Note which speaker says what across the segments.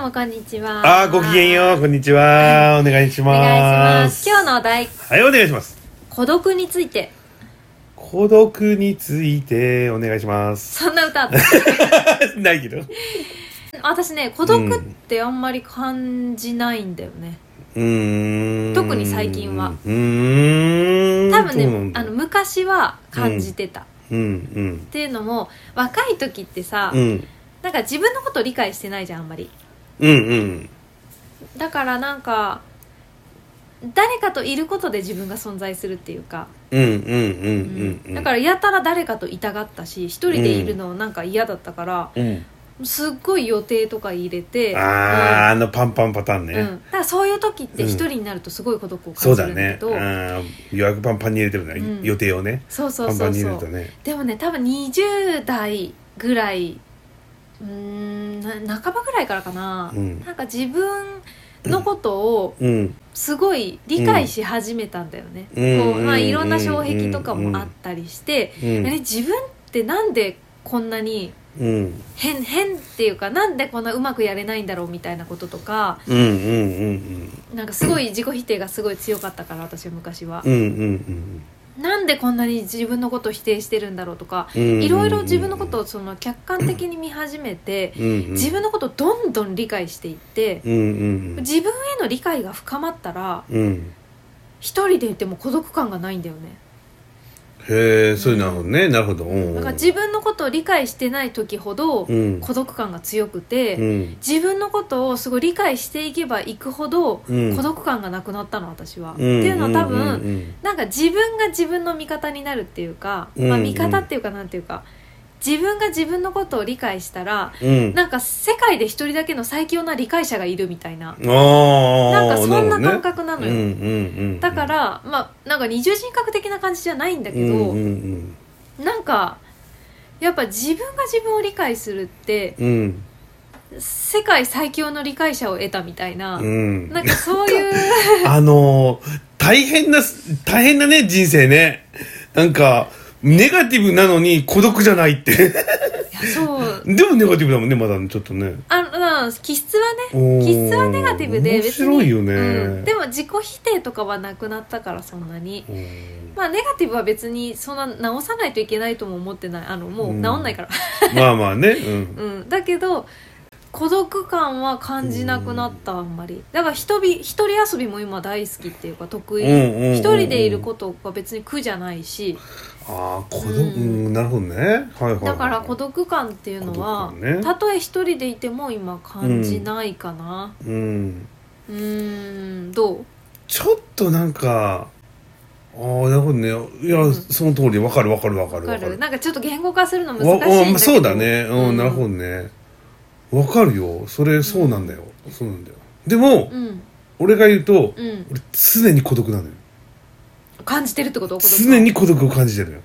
Speaker 1: もこんにちは。
Speaker 2: あーごきげんようこんにちは、お願いし
Speaker 1: お
Speaker 2: ます
Speaker 1: 願いします。今日のお題、
Speaker 2: はいお願いします
Speaker 1: 孤独について。
Speaker 2: 孤独についてお願いします
Speaker 1: そんな歌あった
Speaker 2: ないけど
Speaker 1: 私ね、孤独ってあんまり感じないんだよね。
Speaker 2: うーん
Speaker 1: 特に最近は
Speaker 2: うーん
Speaker 1: 多分
Speaker 2: そうなん
Speaker 1: ね、
Speaker 2: だ
Speaker 1: あの、昔は感じてた。っ
Speaker 2: うん
Speaker 1: ていうのも、若い時ってさ、
Speaker 2: うんうん
Speaker 1: なんか自分のこと理解してないじゃん、あんまり。
Speaker 2: うんうん
Speaker 1: だからなんか、誰かといることで自分が存在するっていうか、
Speaker 2: うんうんうんうん
Speaker 1: だからやたら誰かといたがったし一人でいるのなんか嫌だったから、
Speaker 2: うん
Speaker 1: すっごい予定とか入れて
Speaker 2: あああのパンパンパターンね、
Speaker 1: うんうん、だからそういう時って
Speaker 2: うん
Speaker 1: 一人になるとすごい孤独を
Speaker 2: そ
Speaker 1: 感
Speaker 2: う
Speaker 1: じ
Speaker 2: だ
Speaker 1: るんだけ
Speaker 2: ね
Speaker 1: ど、
Speaker 2: うん予約パンパンに入れてるね、
Speaker 1: うん
Speaker 2: 予定をね
Speaker 1: そうそう
Speaker 2: パン
Speaker 1: そ
Speaker 2: パ
Speaker 1: う
Speaker 2: ンに入
Speaker 1: そ
Speaker 2: れると
Speaker 1: う
Speaker 2: ね
Speaker 1: でもね多分20代ぐらいうーんな半ばぐらいからかな、
Speaker 2: うん
Speaker 1: なんか自分のことを
Speaker 2: うん
Speaker 1: すごい理解し始めたんだよね、
Speaker 2: うん
Speaker 1: こうまあ、いろんな障壁とかもあったりして、
Speaker 2: う
Speaker 1: でね
Speaker 2: ん
Speaker 1: 自分ってなんでこんなに
Speaker 2: うん
Speaker 1: 変変っていうかなんでこんなうまくやれないんだろうみたいなこととか
Speaker 2: うんうんうん
Speaker 1: なんかすごい自己否定がすごい強かったから私は昔は
Speaker 2: うんう、んうん
Speaker 1: なんでこんなに自分のことを否定してるんだろうとか、
Speaker 2: うんうん
Speaker 1: いろいろ自分のことをその客観的に見始めて、自
Speaker 2: 自
Speaker 1: 分のことをどんどん理解していって、
Speaker 2: うんうん
Speaker 1: 自分への理解が深まったら
Speaker 2: うんうん
Speaker 1: 一人でいても孤独感がないんだよね
Speaker 2: へえそういうなるほどねなるほどうん
Speaker 1: だから自分のことを理解してない時ほど
Speaker 2: うん
Speaker 1: 孤独感が強くて、
Speaker 2: うん
Speaker 1: 自分のことをすごい理解していけばいくほど
Speaker 2: うん
Speaker 1: 孤独感がなくなったの私は、
Speaker 2: うん
Speaker 1: っていうのは多分、
Speaker 2: うんうん
Speaker 1: なんか自分が自分の味方になるっていうか、
Speaker 2: うん
Speaker 1: まあ、味方っていうかなんていうか自分が自分のことを理解したら
Speaker 2: うん
Speaker 1: なんか世界で一人だけの最強な理解者がいるみたいな
Speaker 2: あー
Speaker 1: なんかそん
Speaker 2: るほど
Speaker 1: な
Speaker 2: ね
Speaker 1: 感覚なのよ、
Speaker 2: うんうんうん
Speaker 1: だからまあなんか二重人格的な感じじゃないんだ
Speaker 2: う
Speaker 1: け
Speaker 2: ん
Speaker 1: ど、
Speaker 2: うん
Speaker 1: なんかやっぱ自分が自分を理解するって
Speaker 2: うん
Speaker 1: 世界最強の理解者を得たみたいな、
Speaker 2: うん
Speaker 1: なんかそう いう
Speaker 2: あのー大変な大変だね人生ねなんかネガティブなのに孤独じゃないって
Speaker 1: いやそう
Speaker 2: でもネガティブだもんねまだねちょっとね
Speaker 1: あうん気質はね
Speaker 2: おー
Speaker 1: 気質はネガティブで
Speaker 2: 面白いよね、
Speaker 1: うんでも自己否定とかはなくなったからそんなに
Speaker 2: うん
Speaker 1: まあネガティブは別にそんな直さないといけないとも思ってないあのもう
Speaker 2: う
Speaker 1: 治ん
Speaker 2: ん
Speaker 1: ないから
Speaker 2: まあまあね、うん、
Speaker 1: うんだけど孤独感は感じなくなったあんまりだから人び一人遊びも今大好きっていうか得意
Speaker 2: うんうんうんうん
Speaker 1: 一人でいることが別に苦じゃないし
Speaker 2: ああ孤独、
Speaker 1: う
Speaker 2: うんんなるほどね、はいはいはい、
Speaker 1: だから孤独感っていうのは
Speaker 2: 孤独感ね
Speaker 1: たとえ一人でいても今感じないかな
Speaker 2: うん
Speaker 1: うーんどう
Speaker 2: ちょっとなんかああなるほどねいや、
Speaker 1: うん
Speaker 2: その通りわかるわかるわかる
Speaker 1: わ
Speaker 2: わ
Speaker 1: か
Speaker 2: か
Speaker 1: る
Speaker 2: る
Speaker 1: なんかちょっと言語化するの難しい
Speaker 2: わ
Speaker 1: んだけ
Speaker 2: あ
Speaker 1: ど
Speaker 2: そうだねうん、
Speaker 1: うん
Speaker 2: なるほどねわかるよそれそうなんだよ、そうなんだよでも、
Speaker 1: うん
Speaker 2: 俺が言うと、
Speaker 1: うん
Speaker 2: 俺常に孤独なのよ
Speaker 1: 感じてるってこと孤独
Speaker 2: 常に孤独を感じてるのよ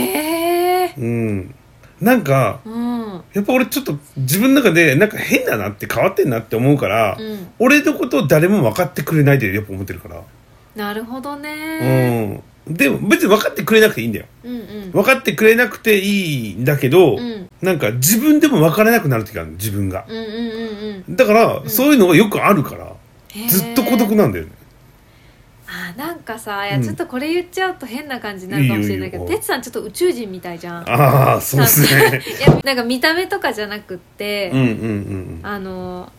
Speaker 1: へえ
Speaker 2: うんなんか
Speaker 1: うんうん
Speaker 2: やっぱ俺ちょっと自分の中でなんか変だなって変わってんなって思うから、俺のことを誰も分かってくれないでやっぱ思ってるから、
Speaker 1: なるほどね
Speaker 2: うんでも別に分かってくれなくていいんだよ
Speaker 1: うんうん
Speaker 2: 分かってくれなくていいんだけど、
Speaker 1: うんうん
Speaker 2: なんか自分でも分からなくなる時があるの自分が
Speaker 1: うんうんうん
Speaker 2: だから、
Speaker 1: ん
Speaker 2: そういうのがよくあるから
Speaker 1: へー
Speaker 2: ずっと孤独なんだよね
Speaker 1: あなんかさいや
Speaker 2: うん
Speaker 1: ちょっとこれ言っちゃうと変な感じになるかもしれないけど
Speaker 2: いいよいいよ
Speaker 1: 哲さんちょっと宇宙人みたいじゃん
Speaker 2: ああそうですね
Speaker 1: いやなんか見た目とかじゃなくって、
Speaker 2: うんうん
Speaker 1: あの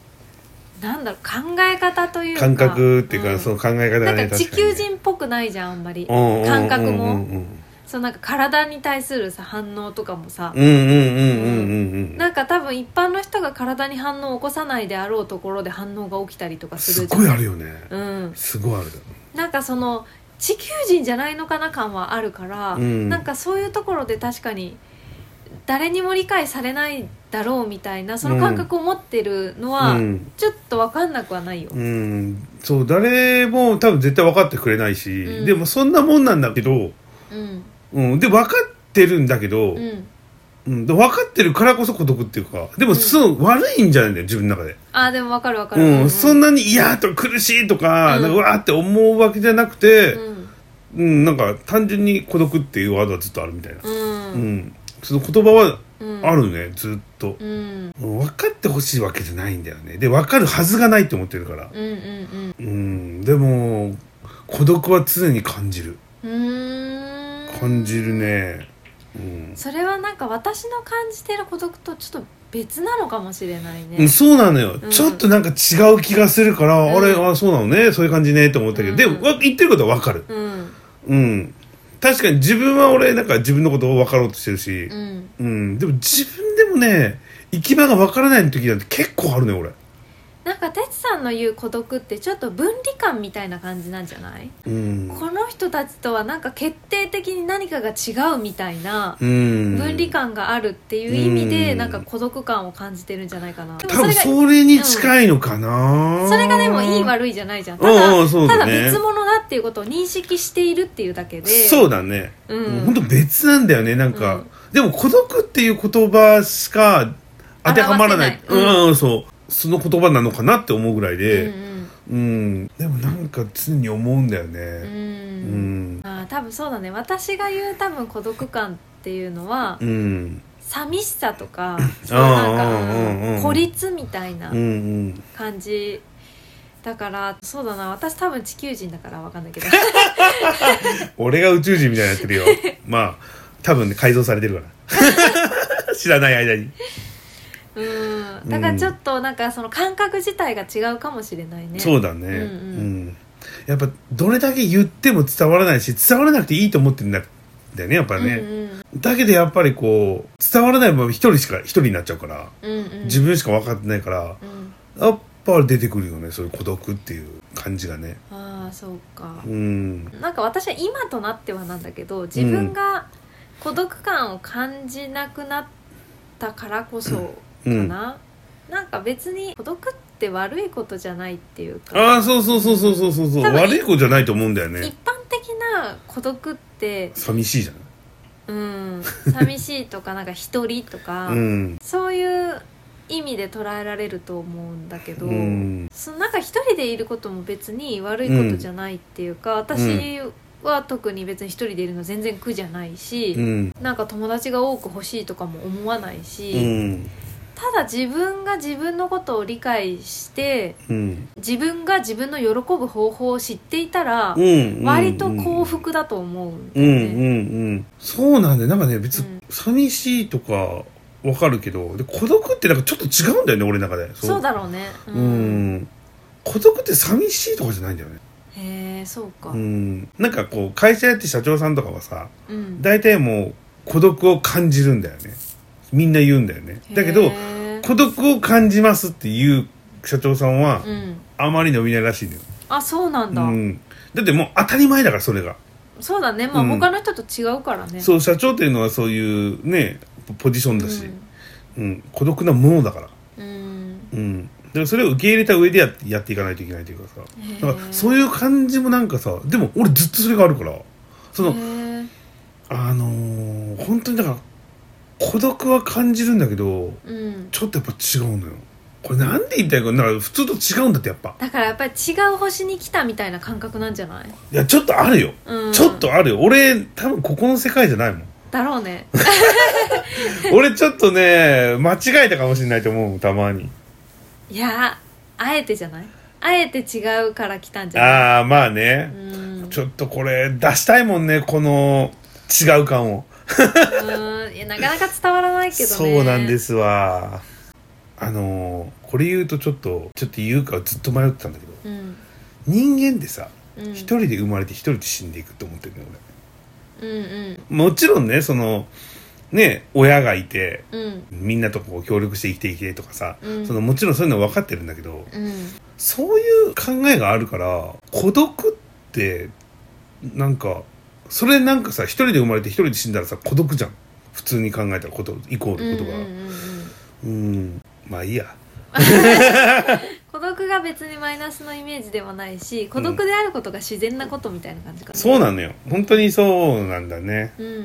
Speaker 1: なんだろう考え方といううんか
Speaker 2: 感覚っていうか、
Speaker 1: ん
Speaker 2: その考え方が
Speaker 1: な
Speaker 2: ね
Speaker 1: んか地球
Speaker 2: 確か
Speaker 1: 人っぽくないじゃんあんまり
Speaker 2: にうんうんうんうん
Speaker 1: 感覚も
Speaker 2: うんうん
Speaker 1: そうなんか体に対するさ反応とかもさ、
Speaker 2: うんうんうんうんうんうん
Speaker 1: なんか多分一般の人が体に反応を起こさないであろうところで反応が起きたりとかす
Speaker 2: す
Speaker 1: る
Speaker 2: っ
Speaker 1: じゃん
Speaker 2: ごいあるよね、
Speaker 1: うん、
Speaker 2: すごいある
Speaker 1: なんかその地球人じゃないのかな感はあるから、
Speaker 2: うん
Speaker 1: なんかそういうところで確かに誰にも理解されないだろうみたいなその感覚を持ってるのは、
Speaker 2: うん
Speaker 1: ちょっと分かんなくはないよ。
Speaker 2: うんそう誰も多分絶対分かってくれないし、
Speaker 1: うん
Speaker 2: でもそんなもんなんだけど、
Speaker 1: うん、
Speaker 2: うん、で分かってるんだけど、
Speaker 1: うん、
Speaker 2: うんで分かってるからこそ孤独っていうかでもそう、悪いんじゃないんだよ自分の中で、
Speaker 1: あーでも分かる分か
Speaker 2: う
Speaker 1: る。
Speaker 2: んそん
Speaker 1: な、
Speaker 2: なに嫌と苦しいとか,、
Speaker 1: うん
Speaker 2: なんかうわーって思うわけじゃなくて、
Speaker 1: う
Speaker 2: うん
Speaker 1: ん
Speaker 2: なんか単純に孤独っていうワードはずっとあるみたいな、
Speaker 1: うん
Speaker 2: うんその言葉は
Speaker 1: うん
Speaker 2: あるねずっと
Speaker 1: うん
Speaker 2: もう分かってほしいわけじゃないんだよねで分かるはずがないと思ってるから
Speaker 1: うんうん
Speaker 2: うんでも孤独は常に感じる
Speaker 1: うんうーん
Speaker 2: 感じるねうん
Speaker 1: それはなんか私の感じてる孤独とちょっと別なのかもしれないね、
Speaker 2: うんそうなのよ、
Speaker 1: うん
Speaker 2: ちょっとなんか違う気がするから、
Speaker 1: ん
Speaker 2: あれあそうなのねそういう感じねと思ったけど、
Speaker 1: うん
Speaker 2: でもわ言ってることは分かる
Speaker 1: うん
Speaker 2: うん確かに自分は俺なんか自分のことを分かろうとしてるし
Speaker 1: う、ん
Speaker 2: うんでも自分でもね行き場が分からない時なんて結構あるね俺
Speaker 1: なんか哲さんの言う孤独ってちょっと分離感みたいな感じなんじゃない、
Speaker 2: うん、
Speaker 1: この人たちとはなんか決定的に何かが違うみたいな
Speaker 2: うん、
Speaker 1: 分離感があるっていう意味で
Speaker 2: うん
Speaker 1: なんか孤独感を感じてるんじゃないかなでも
Speaker 2: 多
Speaker 1: そ
Speaker 2: 分
Speaker 1: れが
Speaker 2: それに近いのかな、
Speaker 1: それがでもいい悪いじゃないじゃんた
Speaker 2: うん
Speaker 1: だ
Speaker 2: うんそうだ
Speaker 1: た
Speaker 2: ね
Speaker 1: だ別物だっていうことを認識しているっていうだけで
Speaker 2: そうだね、
Speaker 1: うん
Speaker 2: もうほんと別なんだよねなんか、
Speaker 1: うん
Speaker 2: でも孤独っていう言葉しか当てはまらない
Speaker 1: 表せない
Speaker 2: うん、うんそうその言葉なのかなって思うぐらい
Speaker 1: うん
Speaker 2: でうん、でもなんか常に思うんだよ
Speaker 1: うんう
Speaker 2: ねうんん
Speaker 1: あー多分そうだね私が言う多分孤独感っていうのは
Speaker 2: うんうん
Speaker 1: 寂しさとかそうなん
Speaker 2: うんうんうんう
Speaker 1: か
Speaker 2: ん
Speaker 1: 孤立みたいな
Speaker 2: うん
Speaker 1: 感じだからそうだな私多分地球人だからわかんないけ ど
Speaker 2: 俺が宇宙人みたいにな ってるよまあ多分ね改造されてるから 知らない間に
Speaker 1: うんだからちょっとなんかその感覚自体が違うかもしれないね
Speaker 2: そうだね、
Speaker 1: うんうん
Speaker 2: やっぱどれだけ言っても伝わらないし伝わらなくていいと思ってるんだよねやっぱ
Speaker 1: う
Speaker 2: ね、
Speaker 1: ん
Speaker 2: だけどやっぱりこう伝わらないまま一人しか一人になっちゃうから
Speaker 1: うんうんうん
Speaker 2: 自分しか分かってないから
Speaker 1: うん
Speaker 2: やっぱ出てくるよねそういう孤独っていう感じがね
Speaker 1: ああそうか
Speaker 2: うん
Speaker 1: なんか私は今となってはなんだけど自分が孤独感を感じなくなったからこそか
Speaker 2: うん
Speaker 1: な、なんか別に孤独って悪いことじゃないっていうか
Speaker 2: ああそうそうそうそうそうそうそう
Speaker 1: 多分
Speaker 2: 悪い子じゃないと思うんだよ
Speaker 1: 一
Speaker 2: ね
Speaker 1: 般的な孤独って
Speaker 2: 寂しいじゃ
Speaker 1: うん寂しいとかなんか一人とか、
Speaker 2: ないうん
Speaker 1: そういう意味で捉えられると思うんだけど、
Speaker 2: うん
Speaker 1: そのなんか一人でいることも別に悪いことじゃないっていうか、私は特に別に一人でいるの全然苦じゃないし、
Speaker 2: うん
Speaker 1: なんか友達が多く欲しいとかも思わないうし、
Speaker 2: ん
Speaker 1: ただ自分が自分のことを理解して
Speaker 2: うん
Speaker 1: 自分が自分の喜ぶ方法を知っていたら、
Speaker 2: うん
Speaker 1: 割と幸福だと思うんだ
Speaker 2: うん
Speaker 1: よ
Speaker 2: う
Speaker 1: ね。
Speaker 2: んうんそうなんだよなんかね別
Speaker 1: うん
Speaker 2: に寂しいとかわかるけどで孤独ってなんかちょっと違うんだよね俺の中で
Speaker 1: そうだろうね、う
Speaker 2: う、ん孤独って寂しいとかじゃないんだよね
Speaker 1: へえそうか、
Speaker 2: うん、なんかこう会社やって社長さんとかはさ
Speaker 1: うん
Speaker 2: 大体もう孤独を感じるんだよねみんな言うんだよねだけど
Speaker 1: へー
Speaker 2: 孤独を感じますっていう社長さんは
Speaker 1: うん、
Speaker 2: あまり伸びないらしいのよ、
Speaker 1: あそうなん
Speaker 2: う
Speaker 1: だ、
Speaker 2: ん、だってもう当たり前だからそれが、
Speaker 1: そうだねまあ
Speaker 2: うん
Speaker 1: 他の人と違うからね、
Speaker 2: そう社長っていうのはそういうねポジションだし、うん孤独なものだから、
Speaker 1: うん、うん
Speaker 2: うん、だからそれを受け入れた上でややっていかないといけないというかさ
Speaker 1: へ
Speaker 2: だ
Speaker 1: ー
Speaker 2: からそういう感じもなんかさでも俺ずっとそれがあるからその
Speaker 1: へー
Speaker 2: あのー、本当にだから孤独は感じるんだけど
Speaker 1: うん
Speaker 2: ちょっとやっぱ違うのよこれなんで言いたいかなんか普通と違うんだってやっぱ
Speaker 1: だからやっぱり違う星に来たみたいな感覚なんじゃない、
Speaker 2: いやちょっとあるよ、
Speaker 1: うん、
Speaker 2: ちょっとあるよ俺多分ここの世界じゃないもん
Speaker 1: だろうね
Speaker 2: 俺ちょっとね間違えたかもしれないと思うもんたまに
Speaker 1: いやあえてじゃないあえて違うから来たんじゃない
Speaker 2: ああまあ
Speaker 1: う
Speaker 2: ね、
Speaker 1: ん
Speaker 2: ちょっとこれ出したいもんねこの違う感を、
Speaker 1: うんいやなかなか伝わらないけどね
Speaker 2: そうなんですすわあのー、これ言うとちょっとちょっと言うかずっと迷ってたんだけど
Speaker 1: うん
Speaker 2: 人間ってさ
Speaker 1: うん、
Speaker 2: 一人で生まれて一人で死んでいくと思ってるの
Speaker 1: うんうん
Speaker 2: 俺もちろんねそのね親がいて
Speaker 1: うん
Speaker 2: みんなとこう協力して生きていけとかさ、
Speaker 1: うん
Speaker 2: そのもちろんそういうのは分かってるんだけど
Speaker 1: うん
Speaker 2: そういう考えがあるから孤独ってなんかそれなんかさ一人で生まれて一人で死んだらさ孤独じゃん普通に考えたらことイコー
Speaker 1: うんう
Speaker 2: ル
Speaker 1: んう
Speaker 2: 孤独がうん
Speaker 1: んうん
Speaker 2: まあいいや
Speaker 1: 孤独が別にマイナスのイメージでもないし孤独であることが自然なことみたいな感じかな、
Speaker 2: そうなのよ本当にそうなんだね
Speaker 1: うんうんう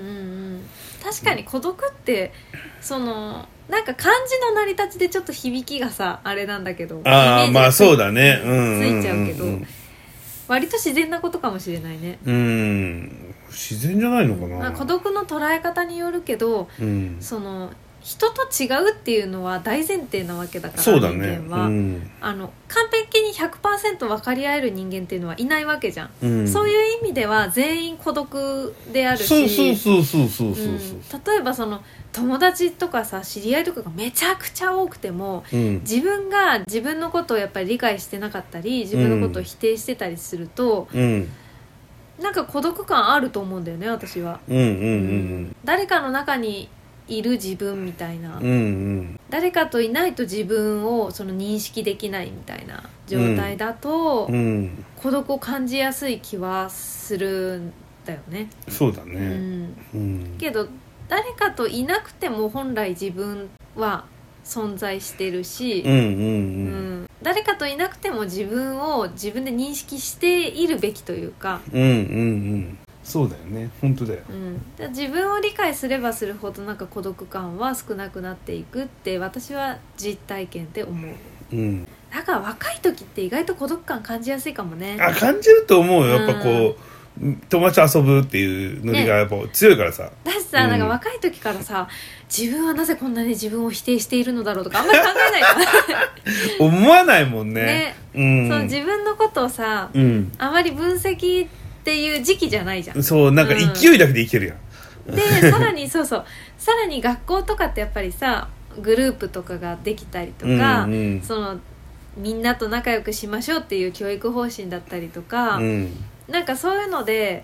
Speaker 1: ん確かに孤独ってそのなんか漢字の成り立ちでちょっと響きがさあれなんだけど
Speaker 2: あ
Speaker 1: イメー
Speaker 2: あ
Speaker 1: ジが
Speaker 2: まあ
Speaker 1: つい
Speaker 2: そうだねうん
Speaker 1: ついちゃうけど
Speaker 2: んんん
Speaker 1: 割と自然なことかもしれないね、
Speaker 2: うん自然じゃないのかな、
Speaker 1: まあ、孤独の捉え方によるけど
Speaker 2: うん
Speaker 1: その人と違うっていうのは大前提なわけだから
Speaker 2: そうだね
Speaker 1: 人
Speaker 2: う
Speaker 1: 間は、
Speaker 2: ん、
Speaker 1: あの完璧に100%分かり合える人間っていうのはいないわけじゃん、
Speaker 2: うん、
Speaker 1: そう
Speaker 2: う
Speaker 1: いう意味では全員孤独であるし
Speaker 2: そうそうそうそうそうそう
Speaker 1: うん例えばその友達とかさ知り合いとかがめちゃくちゃ多くても
Speaker 2: そう、うん、
Speaker 1: 自分が自分のことをやっぱり理解してなかったり自分のことを否定してたりすると、
Speaker 2: うん
Speaker 1: なんか孤独感あると思うんだよね私は、
Speaker 2: うんうんうん
Speaker 1: 誰かの中にいる自分みたいな、
Speaker 2: うんうん
Speaker 1: 誰かといないと自分をその認識できないみたいな状態だと、
Speaker 2: うんうん
Speaker 1: 孤独を感じやすい気はするんだよね。
Speaker 2: そうだ
Speaker 1: う
Speaker 2: ね、
Speaker 1: ん
Speaker 2: うん、
Speaker 1: けど誰かといなくても本来自分は存在してるし、
Speaker 2: うんう
Speaker 1: う
Speaker 2: んうん
Speaker 1: ん誰かといなくても自分を自分で認識しているべきというか、
Speaker 2: うんうんうんそうだよね本当だよ
Speaker 1: うん、だから自分を理解すればするほどなんか孤独感は少なくなっていくって私は実体験で思う
Speaker 2: うん
Speaker 1: だから若い時って意外と孤独感感じやすいかもね
Speaker 2: あ感じると思うよ
Speaker 1: う
Speaker 2: や
Speaker 1: ん
Speaker 2: っぱこう、友達と遊ぶっていうノリがやっぱ強いからさ、
Speaker 1: だしさ、
Speaker 2: うん
Speaker 1: なんか若い時からさ自分はなぜこんなに自分を否定しているのだろうとかあんまり考えないから
Speaker 2: 思わないもんね
Speaker 1: ね、
Speaker 2: うん
Speaker 1: その自分のことをさ
Speaker 2: うん
Speaker 1: あまり分析っていう時期じゃないじゃん。
Speaker 2: そうなんか勢いだけで生きてるやん、
Speaker 1: でさらにそうそうさらに学校とかってやっぱりさグループとかができたりとか、
Speaker 2: うんうん
Speaker 1: そのみんなと仲良くしましょうっていう教育方針だったりとか、
Speaker 2: うん
Speaker 1: なんかそういうので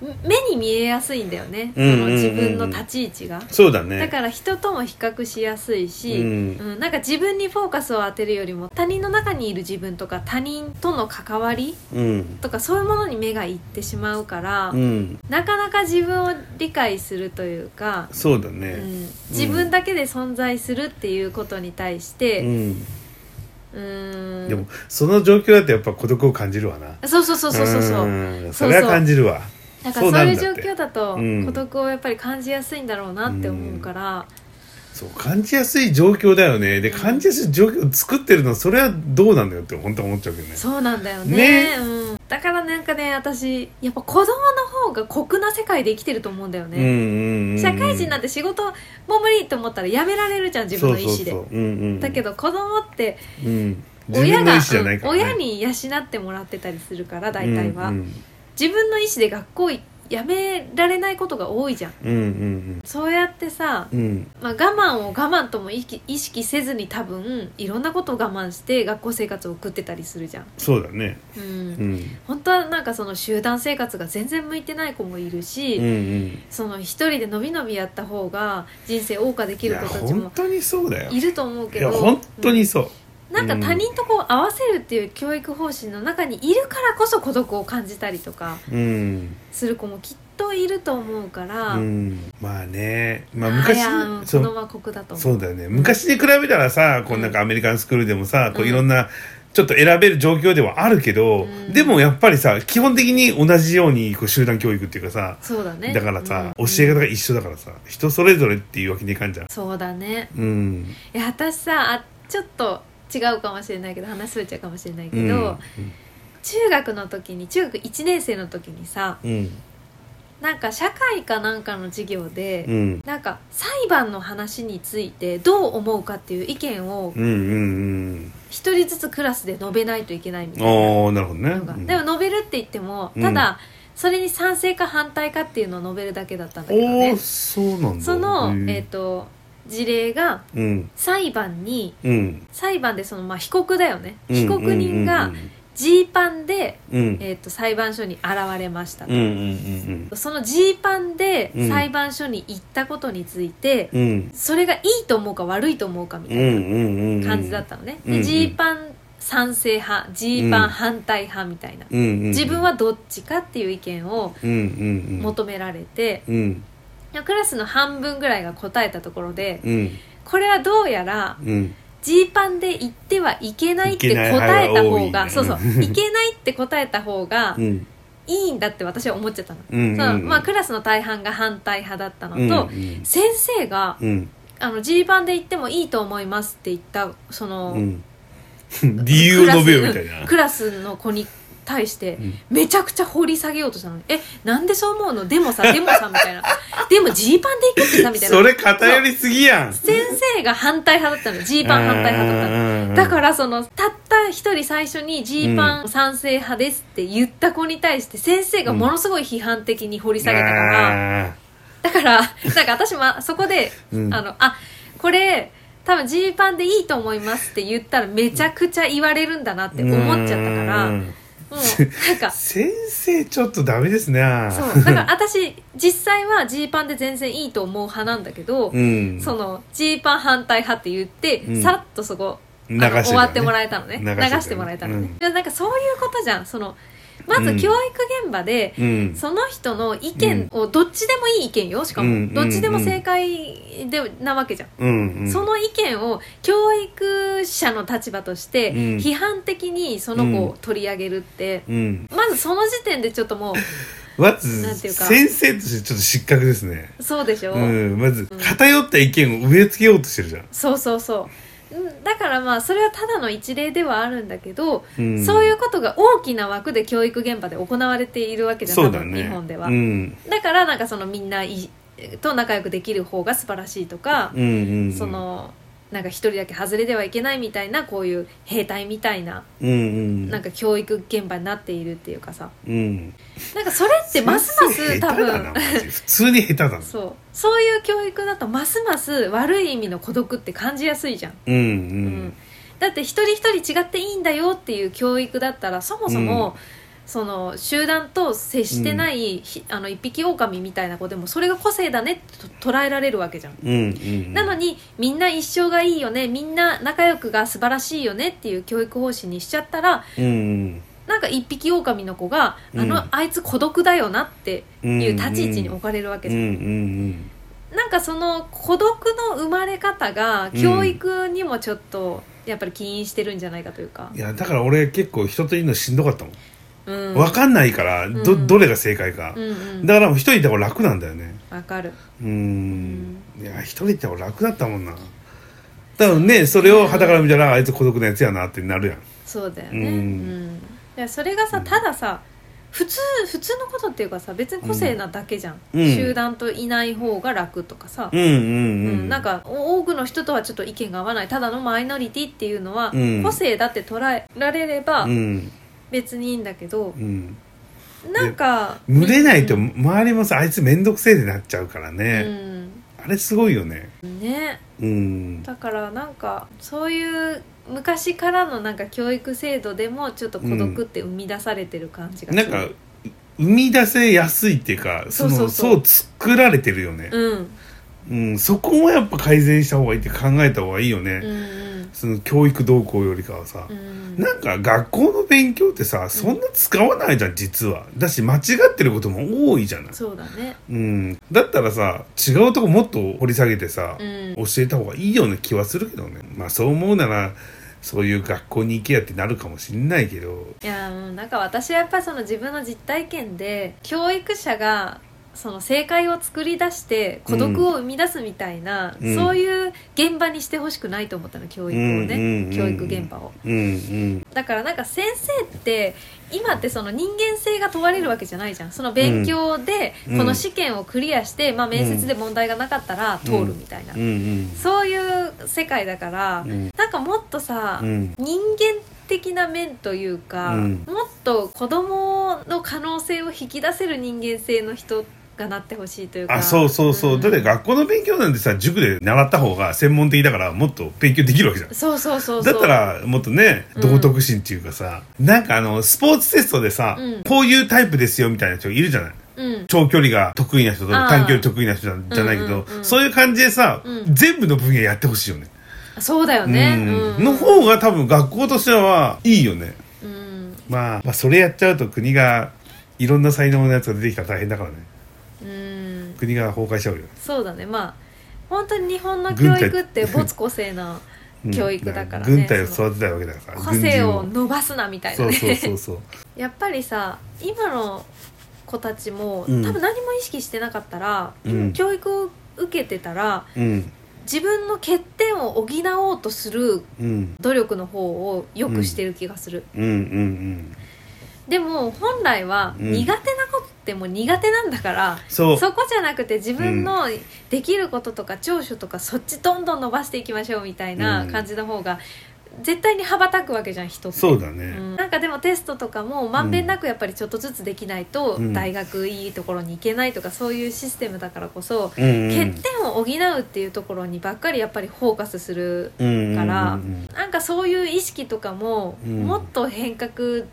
Speaker 1: ん目に見えやすいんだよね、
Speaker 2: うんうんうんうん
Speaker 1: その自分の立ち位置が。
Speaker 2: そうだね
Speaker 1: だから人とも比較しやすいし、
Speaker 2: うん
Speaker 1: うんなんか自分にフォーカスを当てるよりも他人の中にいる自分とか他人との関わり
Speaker 2: うん
Speaker 1: とかそういうものに目がいってしまうから、
Speaker 2: うん
Speaker 1: なかなか自分を理解するというか、
Speaker 2: そうだ
Speaker 1: う
Speaker 2: ね
Speaker 1: ん自分だけで存在するっていうことに対し
Speaker 2: うん、
Speaker 1: て、うーん
Speaker 2: でもその状況だとやっぱ孤独を感じるわな
Speaker 1: そうそうそうそうそうそうん
Speaker 2: それは感じるわ
Speaker 1: だか
Speaker 2: そ
Speaker 1: らそ
Speaker 2: うな
Speaker 1: うんい
Speaker 2: だ
Speaker 1: う
Speaker 2: って
Speaker 1: 状況だと
Speaker 2: うん
Speaker 1: 孤独をやっぱり感じやすいんだろうなって思うから、
Speaker 2: そう感じやすい状況だよねで感じやすい状況を作ってるのそれはどうなんだよって本当は思っちゃうけどね
Speaker 1: そうなんだよ
Speaker 2: ね
Speaker 1: ねうん、だからなんかね私やっぱ子供の方が酷な世界で生きてると思うんだよ
Speaker 2: うん
Speaker 1: ね、
Speaker 2: うんうん
Speaker 1: 社会人なん
Speaker 2: て
Speaker 1: て仕事もう無理と思ったらやめられるじゃん自分の意思で
Speaker 2: そうそうそう、うんうん、
Speaker 1: だけど子供って
Speaker 2: うん、自
Speaker 1: 親
Speaker 2: 分
Speaker 1: が
Speaker 2: の意思じゃないから、ね、
Speaker 1: 親に養ってもらってたりするから大体は、
Speaker 2: うんうん
Speaker 1: 自分の意思で学校いやめられないことが多いじゃん
Speaker 2: うんうん
Speaker 1: そうやってさ、
Speaker 2: うんうん
Speaker 1: まあ、我慢を我慢とも意識意識せずに多分いろんなことを我慢して学校生活を送ってたりするじゃん、
Speaker 2: そうだね
Speaker 1: うん
Speaker 2: うん
Speaker 1: 本当はなんかその集団生活が全然向いてない子もいるし、
Speaker 2: うんうん
Speaker 1: その一人でのびのびやった方が人生謳歌で
Speaker 2: い
Speaker 1: きる
Speaker 2: や
Speaker 1: 子たち
Speaker 2: 本
Speaker 1: も
Speaker 2: 当にそうだよ
Speaker 1: いると思う
Speaker 2: い
Speaker 1: け
Speaker 2: や
Speaker 1: ど
Speaker 2: 本当にそう、
Speaker 1: なんか他人とこう合わせるっていう教育方針の中にいるからこそ孤独を感じたりとか
Speaker 2: うん
Speaker 1: する子もきっといると思うから、
Speaker 2: うん、まあねまあ
Speaker 1: あ
Speaker 2: 昔
Speaker 1: やうん子
Speaker 2: そう
Speaker 1: 供は酷だと思う
Speaker 2: そうだよね昔に比べたらさこうなんかアメリカンスクールでもさ、こういろんなちょっと選べる状況ではあるけど、
Speaker 1: うん
Speaker 2: でもやっぱりさ基本的に同じようにこう集団教育っていうかさ
Speaker 1: そうだね
Speaker 2: だからさ、
Speaker 1: うん
Speaker 2: 教え方が一緒だからさ人それぞれっていうわけにいかんじゃん
Speaker 1: そうだね
Speaker 2: うん
Speaker 1: いや私さあちょっと違うかもしれないけど話それちゃうかもしれないけ
Speaker 2: うん
Speaker 1: ど、中学の時に中学1年生の時にさ
Speaker 2: うん
Speaker 1: なんか社会かなんかの授業で、
Speaker 2: うん
Speaker 1: なんか裁判の話についてどう思うかっていう意見を
Speaker 2: うんうん
Speaker 1: 一人ずつクラスで述べないといけないみ
Speaker 2: うん
Speaker 1: たいな
Speaker 2: ああなるほどね
Speaker 1: なんか
Speaker 2: うん
Speaker 1: でも述べるって言っても
Speaker 2: うん
Speaker 1: ただそれに賛成か反対かっていうのを述べるだけだったんだけど
Speaker 2: おお
Speaker 1: ね
Speaker 2: そうなんだ
Speaker 1: その
Speaker 2: へ、
Speaker 1: えっと事例が
Speaker 2: うん
Speaker 1: 裁判に
Speaker 2: うん
Speaker 1: 裁判でその、まあ、被告だよね
Speaker 2: うん
Speaker 1: 被告人
Speaker 2: う
Speaker 1: が
Speaker 2: ん
Speaker 1: ジーパンで、
Speaker 2: うん
Speaker 1: えっと裁判所に現れましたと
Speaker 2: うんうん
Speaker 1: そのジーパンで
Speaker 2: うん
Speaker 1: 裁判所に行ったことについて
Speaker 2: うんうん
Speaker 1: それがいいと思うか悪いと思うかみた
Speaker 2: う
Speaker 1: い
Speaker 2: ん
Speaker 1: な
Speaker 2: うんうん
Speaker 1: 感じだったのね
Speaker 2: うんう
Speaker 1: で
Speaker 2: ん
Speaker 1: ジーパン賛成派ジーパン反対派みたいな
Speaker 2: うんうん
Speaker 1: 自分はどっちかっていう意見を
Speaker 2: うんうん
Speaker 1: 求められて、
Speaker 2: うんうん
Speaker 1: クラスの半分ぐらいが答えたところで
Speaker 2: うん
Speaker 1: これはどうやら
Speaker 2: うん
Speaker 1: ジーパンで言ってはいけないって答えた方が
Speaker 2: いけないはい
Speaker 1: そうそう
Speaker 2: 多いね
Speaker 1: いけないって答えた方が
Speaker 2: うん
Speaker 1: いいんだって私は思っちゃったの、
Speaker 2: うんうん
Speaker 1: そうまあ、クラスの大半が反対派だったのと、
Speaker 2: うん
Speaker 1: 先生が
Speaker 2: うん
Speaker 1: あのジーパンで言ってもいいと思いますって言ったその、
Speaker 2: うん理由を述べよみたいな
Speaker 1: クラスの子に対して
Speaker 2: うん
Speaker 1: めちゃくちゃ掘り下げようとしたのに「えなんでそう思うのでもさでもさ」み たいな「でもジーパンでいくってさ」みたいな
Speaker 2: それ偏りすぎやん
Speaker 1: 先生が反対派だったのジーパン反対派だったのだかららそのたった一人最初にジーパン賛成派ですって言った子に対して先生がものすごい批判的に掘り下げたから、だからなんか私もそこで、
Speaker 2: うん
Speaker 1: あのあこれ多分ジーパンでいいと思いますって言ったらめちゃくちゃ言われるんだなって思っちゃったからもうなん か
Speaker 2: 先生ちょっとダメですね
Speaker 1: そうだから私実際はジーパンで全然いいと思う派なんだけど、
Speaker 2: うん
Speaker 1: そのジーパン反対派って言って、
Speaker 2: うん
Speaker 1: さらっとそこあ
Speaker 2: 流して
Speaker 1: の
Speaker 2: たね
Speaker 1: 終わってもらえたのね
Speaker 2: 流
Speaker 1: 流
Speaker 2: して
Speaker 1: して
Speaker 2: たね
Speaker 1: もらえたのね
Speaker 2: うん、
Speaker 1: いやなんかそういうことじゃんそのまず
Speaker 2: うん
Speaker 1: 教育現場で、
Speaker 2: うん
Speaker 1: その人の意見をどっちでもいい意見よしかも、
Speaker 2: うんうん
Speaker 1: どっちでも正解でなわけじゃん、
Speaker 2: うんうん
Speaker 1: その意見を教育者の立場として
Speaker 2: うん
Speaker 1: 批判的にその子を取り上げるって、
Speaker 2: うん
Speaker 1: まずその時点でちょっとも
Speaker 2: ま
Speaker 1: なんて
Speaker 2: ず
Speaker 1: いうか
Speaker 2: 先生としてちょっと失格ですね
Speaker 1: うそうでしょ、
Speaker 2: うんまず偏った意見を植え付けようとしてるじゃん
Speaker 1: そうそうそううんだからまあそれはただの一例ではあるんだけど、
Speaker 2: うん
Speaker 1: そういうことが大きな枠で教育現場で行われているわけじゃん
Speaker 2: そう
Speaker 1: 多
Speaker 2: だ
Speaker 1: 分
Speaker 2: ね
Speaker 1: 日本では、
Speaker 2: うん
Speaker 1: だからなんかそのみんないと仲良くできる方が素晴らしいとか、
Speaker 2: うんうんうん
Speaker 1: そのなんか一人だけ外れではいけないみたいなこういう兵隊みたいな
Speaker 2: うんうん
Speaker 1: なんか教育現場になっているっていうかさ
Speaker 2: うん
Speaker 1: なんかそれってますます
Speaker 2: 先生
Speaker 1: 多
Speaker 2: 下手だな
Speaker 1: 分
Speaker 2: マジ普通に下手だな
Speaker 1: そうそういう教育だとますます悪い意味の孤独って感じやすいじゃん
Speaker 2: うん
Speaker 1: うんだって一人一人違っていいんだよっていう教育だったらそもそも、その集団と接してない、ひあの一匹狼みたいな子でもそれが個性だねってと捉えられるわけじゃん。
Speaker 2: うんうんうん
Speaker 1: なのにみんな一生がいいよねみんな仲良くが素晴らしいよねっていう教育方針にしちゃったら
Speaker 2: うん
Speaker 1: なんか一匹狼の子が、あ
Speaker 2: う
Speaker 1: の
Speaker 2: ん
Speaker 1: あいつ孤独だよなって
Speaker 2: うん
Speaker 1: いう立ち位置に置かれるわけ
Speaker 2: うん
Speaker 1: じ
Speaker 2: う
Speaker 1: ゃん、
Speaker 2: ん
Speaker 1: なんかその孤独の生まれ方が教育にもちょっとやっぱり起因してるんじゃないかというか
Speaker 2: うんい、やだから俺結構人といるのしんどかったもん
Speaker 1: うん、
Speaker 2: 分かんないからど
Speaker 1: うん
Speaker 2: どれが正解か
Speaker 1: うんうん
Speaker 2: だからもう一人いた方が楽なんだよね
Speaker 1: わかる
Speaker 2: うんいや一人いた方が楽だったもんな多分ねそれをはたから見たらあいつ孤独なやつやなってなるやん
Speaker 1: そうだよね
Speaker 2: う
Speaker 1: うんん、いやそれがさたださ普通普通のことっていうかさ別に個性なだけじゃん、
Speaker 2: うん
Speaker 1: 集団といない方が楽とかさ、
Speaker 2: うんうんう
Speaker 1: うんんなんかお多くの人とはちょっと意見が合わないただのマイノリティっていうのは、
Speaker 2: うん
Speaker 1: 個性だって捉えられれば
Speaker 2: うん
Speaker 1: 別にいいんだけど
Speaker 2: う、ん
Speaker 1: なんか
Speaker 2: 群れないと
Speaker 1: うん
Speaker 2: 周りもさあいつ面倒くせえでなっちゃうからね、あれすごいよね
Speaker 1: うんね
Speaker 2: うん
Speaker 1: だからなんかそういう昔からのなんか教育制度でもちょっと孤独って生み出されてる感じがす
Speaker 2: な
Speaker 1: る、
Speaker 2: んか生み出せやすいっていうかそのそ
Speaker 1: そううそうそう
Speaker 2: 作られてるよね、
Speaker 1: うん
Speaker 2: うんそこもやっぱ改善した方がいいって考えた方がいいよね、
Speaker 1: うんうん
Speaker 2: その教育動向よりかはさ、
Speaker 1: うん
Speaker 2: なんか学校の勉強ってさそんな使わないじゃん実はだし間違ってることも多いじゃない、
Speaker 1: そうだね
Speaker 2: うん、だったらさ違うとこもっと掘り下げてさ、
Speaker 1: うん
Speaker 2: 教えた方がいいような気はするけどねまあそう思うならそういう学校に行けやってなるかもしんないけど
Speaker 1: いやもうなんか私はやっぱりその自分の実体験で教育者がその正解を作り出して孤独を生み出すみたいな、
Speaker 2: うん
Speaker 1: そういう現場にしてほしくないと思ったの教育をね、
Speaker 2: うんうんうん
Speaker 1: 教育現場を
Speaker 2: うん
Speaker 1: だからなんか先生って今ってその人間性が問われるわけじゃないじゃんその勉強で
Speaker 2: うん
Speaker 1: この試験をクリアして、まあ、面接で問題がなかったら通るみたいな、
Speaker 2: うんうん
Speaker 1: そういう世界だから、
Speaker 2: うん
Speaker 1: なんかもっとさ、
Speaker 2: うん
Speaker 1: 人間的な面というか、
Speaker 2: うん
Speaker 1: もっと子供の可能性を引き出せる人間性の人がなってほしいというか
Speaker 2: あそうそうそう、
Speaker 1: ん
Speaker 2: だって学校の勉強なんてさ塾で習った方が専門的だからもっと勉強できるわけじゃん
Speaker 1: そうそうそうそ
Speaker 2: だ
Speaker 1: う
Speaker 2: ったらもっとね
Speaker 1: うん
Speaker 2: 道徳心っていうかさ、なんかあのスポーツテストでさ、
Speaker 1: うん
Speaker 2: こういうタイプですよみたいな人いるじゃない
Speaker 1: うん
Speaker 2: 長距離が得意な人と
Speaker 1: あー
Speaker 2: 短距離得意な人じゃじゃないけど、
Speaker 1: うんうんうん
Speaker 2: そういう感じでさ、
Speaker 1: うん
Speaker 2: 全部の分野やってほしいよね
Speaker 1: そうだよね、
Speaker 2: うん
Speaker 1: うん
Speaker 2: の方が多分学校としてはいいよね、
Speaker 1: うん
Speaker 2: まあ、まあそれやっちゃうと国がいろんな才能のやつが出てきたら大変だからね
Speaker 1: うん
Speaker 2: 国が崩壊しちゃうよ、
Speaker 1: そうだねまあ本当に日本の教育って没個性な
Speaker 2: うん
Speaker 1: 教育だからね
Speaker 2: 軍隊を育てたいわけだから
Speaker 1: 個性を
Speaker 2: 軍
Speaker 1: 伸ばすなみたい
Speaker 2: 人
Speaker 1: な
Speaker 2: を
Speaker 1: ね
Speaker 2: そうそうそう そう
Speaker 1: やっぱりさ今の子たちも、
Speaker 2: うん
Speaker 1: 多分何も意識してなかったら、
Speaker 2: うん
Speaker 1: 教育を受けてたら
Speaker 2: うん
Speaker 1: 自分の欠点を補おうとする
Speaker 2: うん
Speaker 1: 努力の方をよくしてる気がする、
Speaker 2: うんうんうん
Speaker 1: でも本来は
Speaker 2: うん
Speaker 1: 苦手なことってもう苦手なんだから、
Speaker 2: そう
Speaker 1: そこじゃなくて自分のできることとか長所とかそっちどんどん伸ばしていきましょうみたいな感じの方が絶対に羽ばたくわけじゃん人って。
Speaker 2: そうだ
Speaker 1: う
Speaker 2: ね、
Speaker 1: んなんかでもテストとかもまんべんなくやっぱりちょっとずつできないと
Speaker 2: うん
Speaker 1: 大学いいところに行けないとかそういうシステムだからこそ
Speaker 2: うんうん、
Speaker 1: 欠点を補うっていうところにばっかりやっぱりフォーカスする
Speaker 2: 点
Speaker 1: から
Speaker 2: うんうん
Speaker 1: なんかそういう意識とかも、
Speaker 2: うん
Speaker 1: もっと変革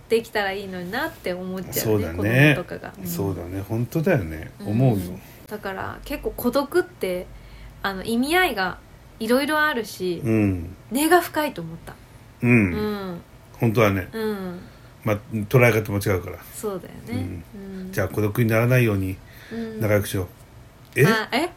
Speaker 1: できたらいいのになって思っちゃ
Speaker 2: そうう
Speaker 1: ね
Speaker 2: だね
Speaker 1: 子供とかが、
Speaker 2: うん
Speaker 1: ん
Speaker 2: そうだね本当だよね、思うよ
Speaker 1: んだから結構孤独ってあの意味合いがいろいろあるし、
Speaker 2: うん
Speaker 1: 根が深いと思った
Speaker 2: う、
Speaker 1: うんん
Speaker 2: 本当はね
Speaker 1: うん、
Speaker 2: まあ捉え方も違うから
Speaker 1: そうだよね、うん嗯
Speaker 2: じゃあ孤独にならないように
Speaker 1: うん
Speaker 2: 仲良くしよう、え
Speaker 1: あえ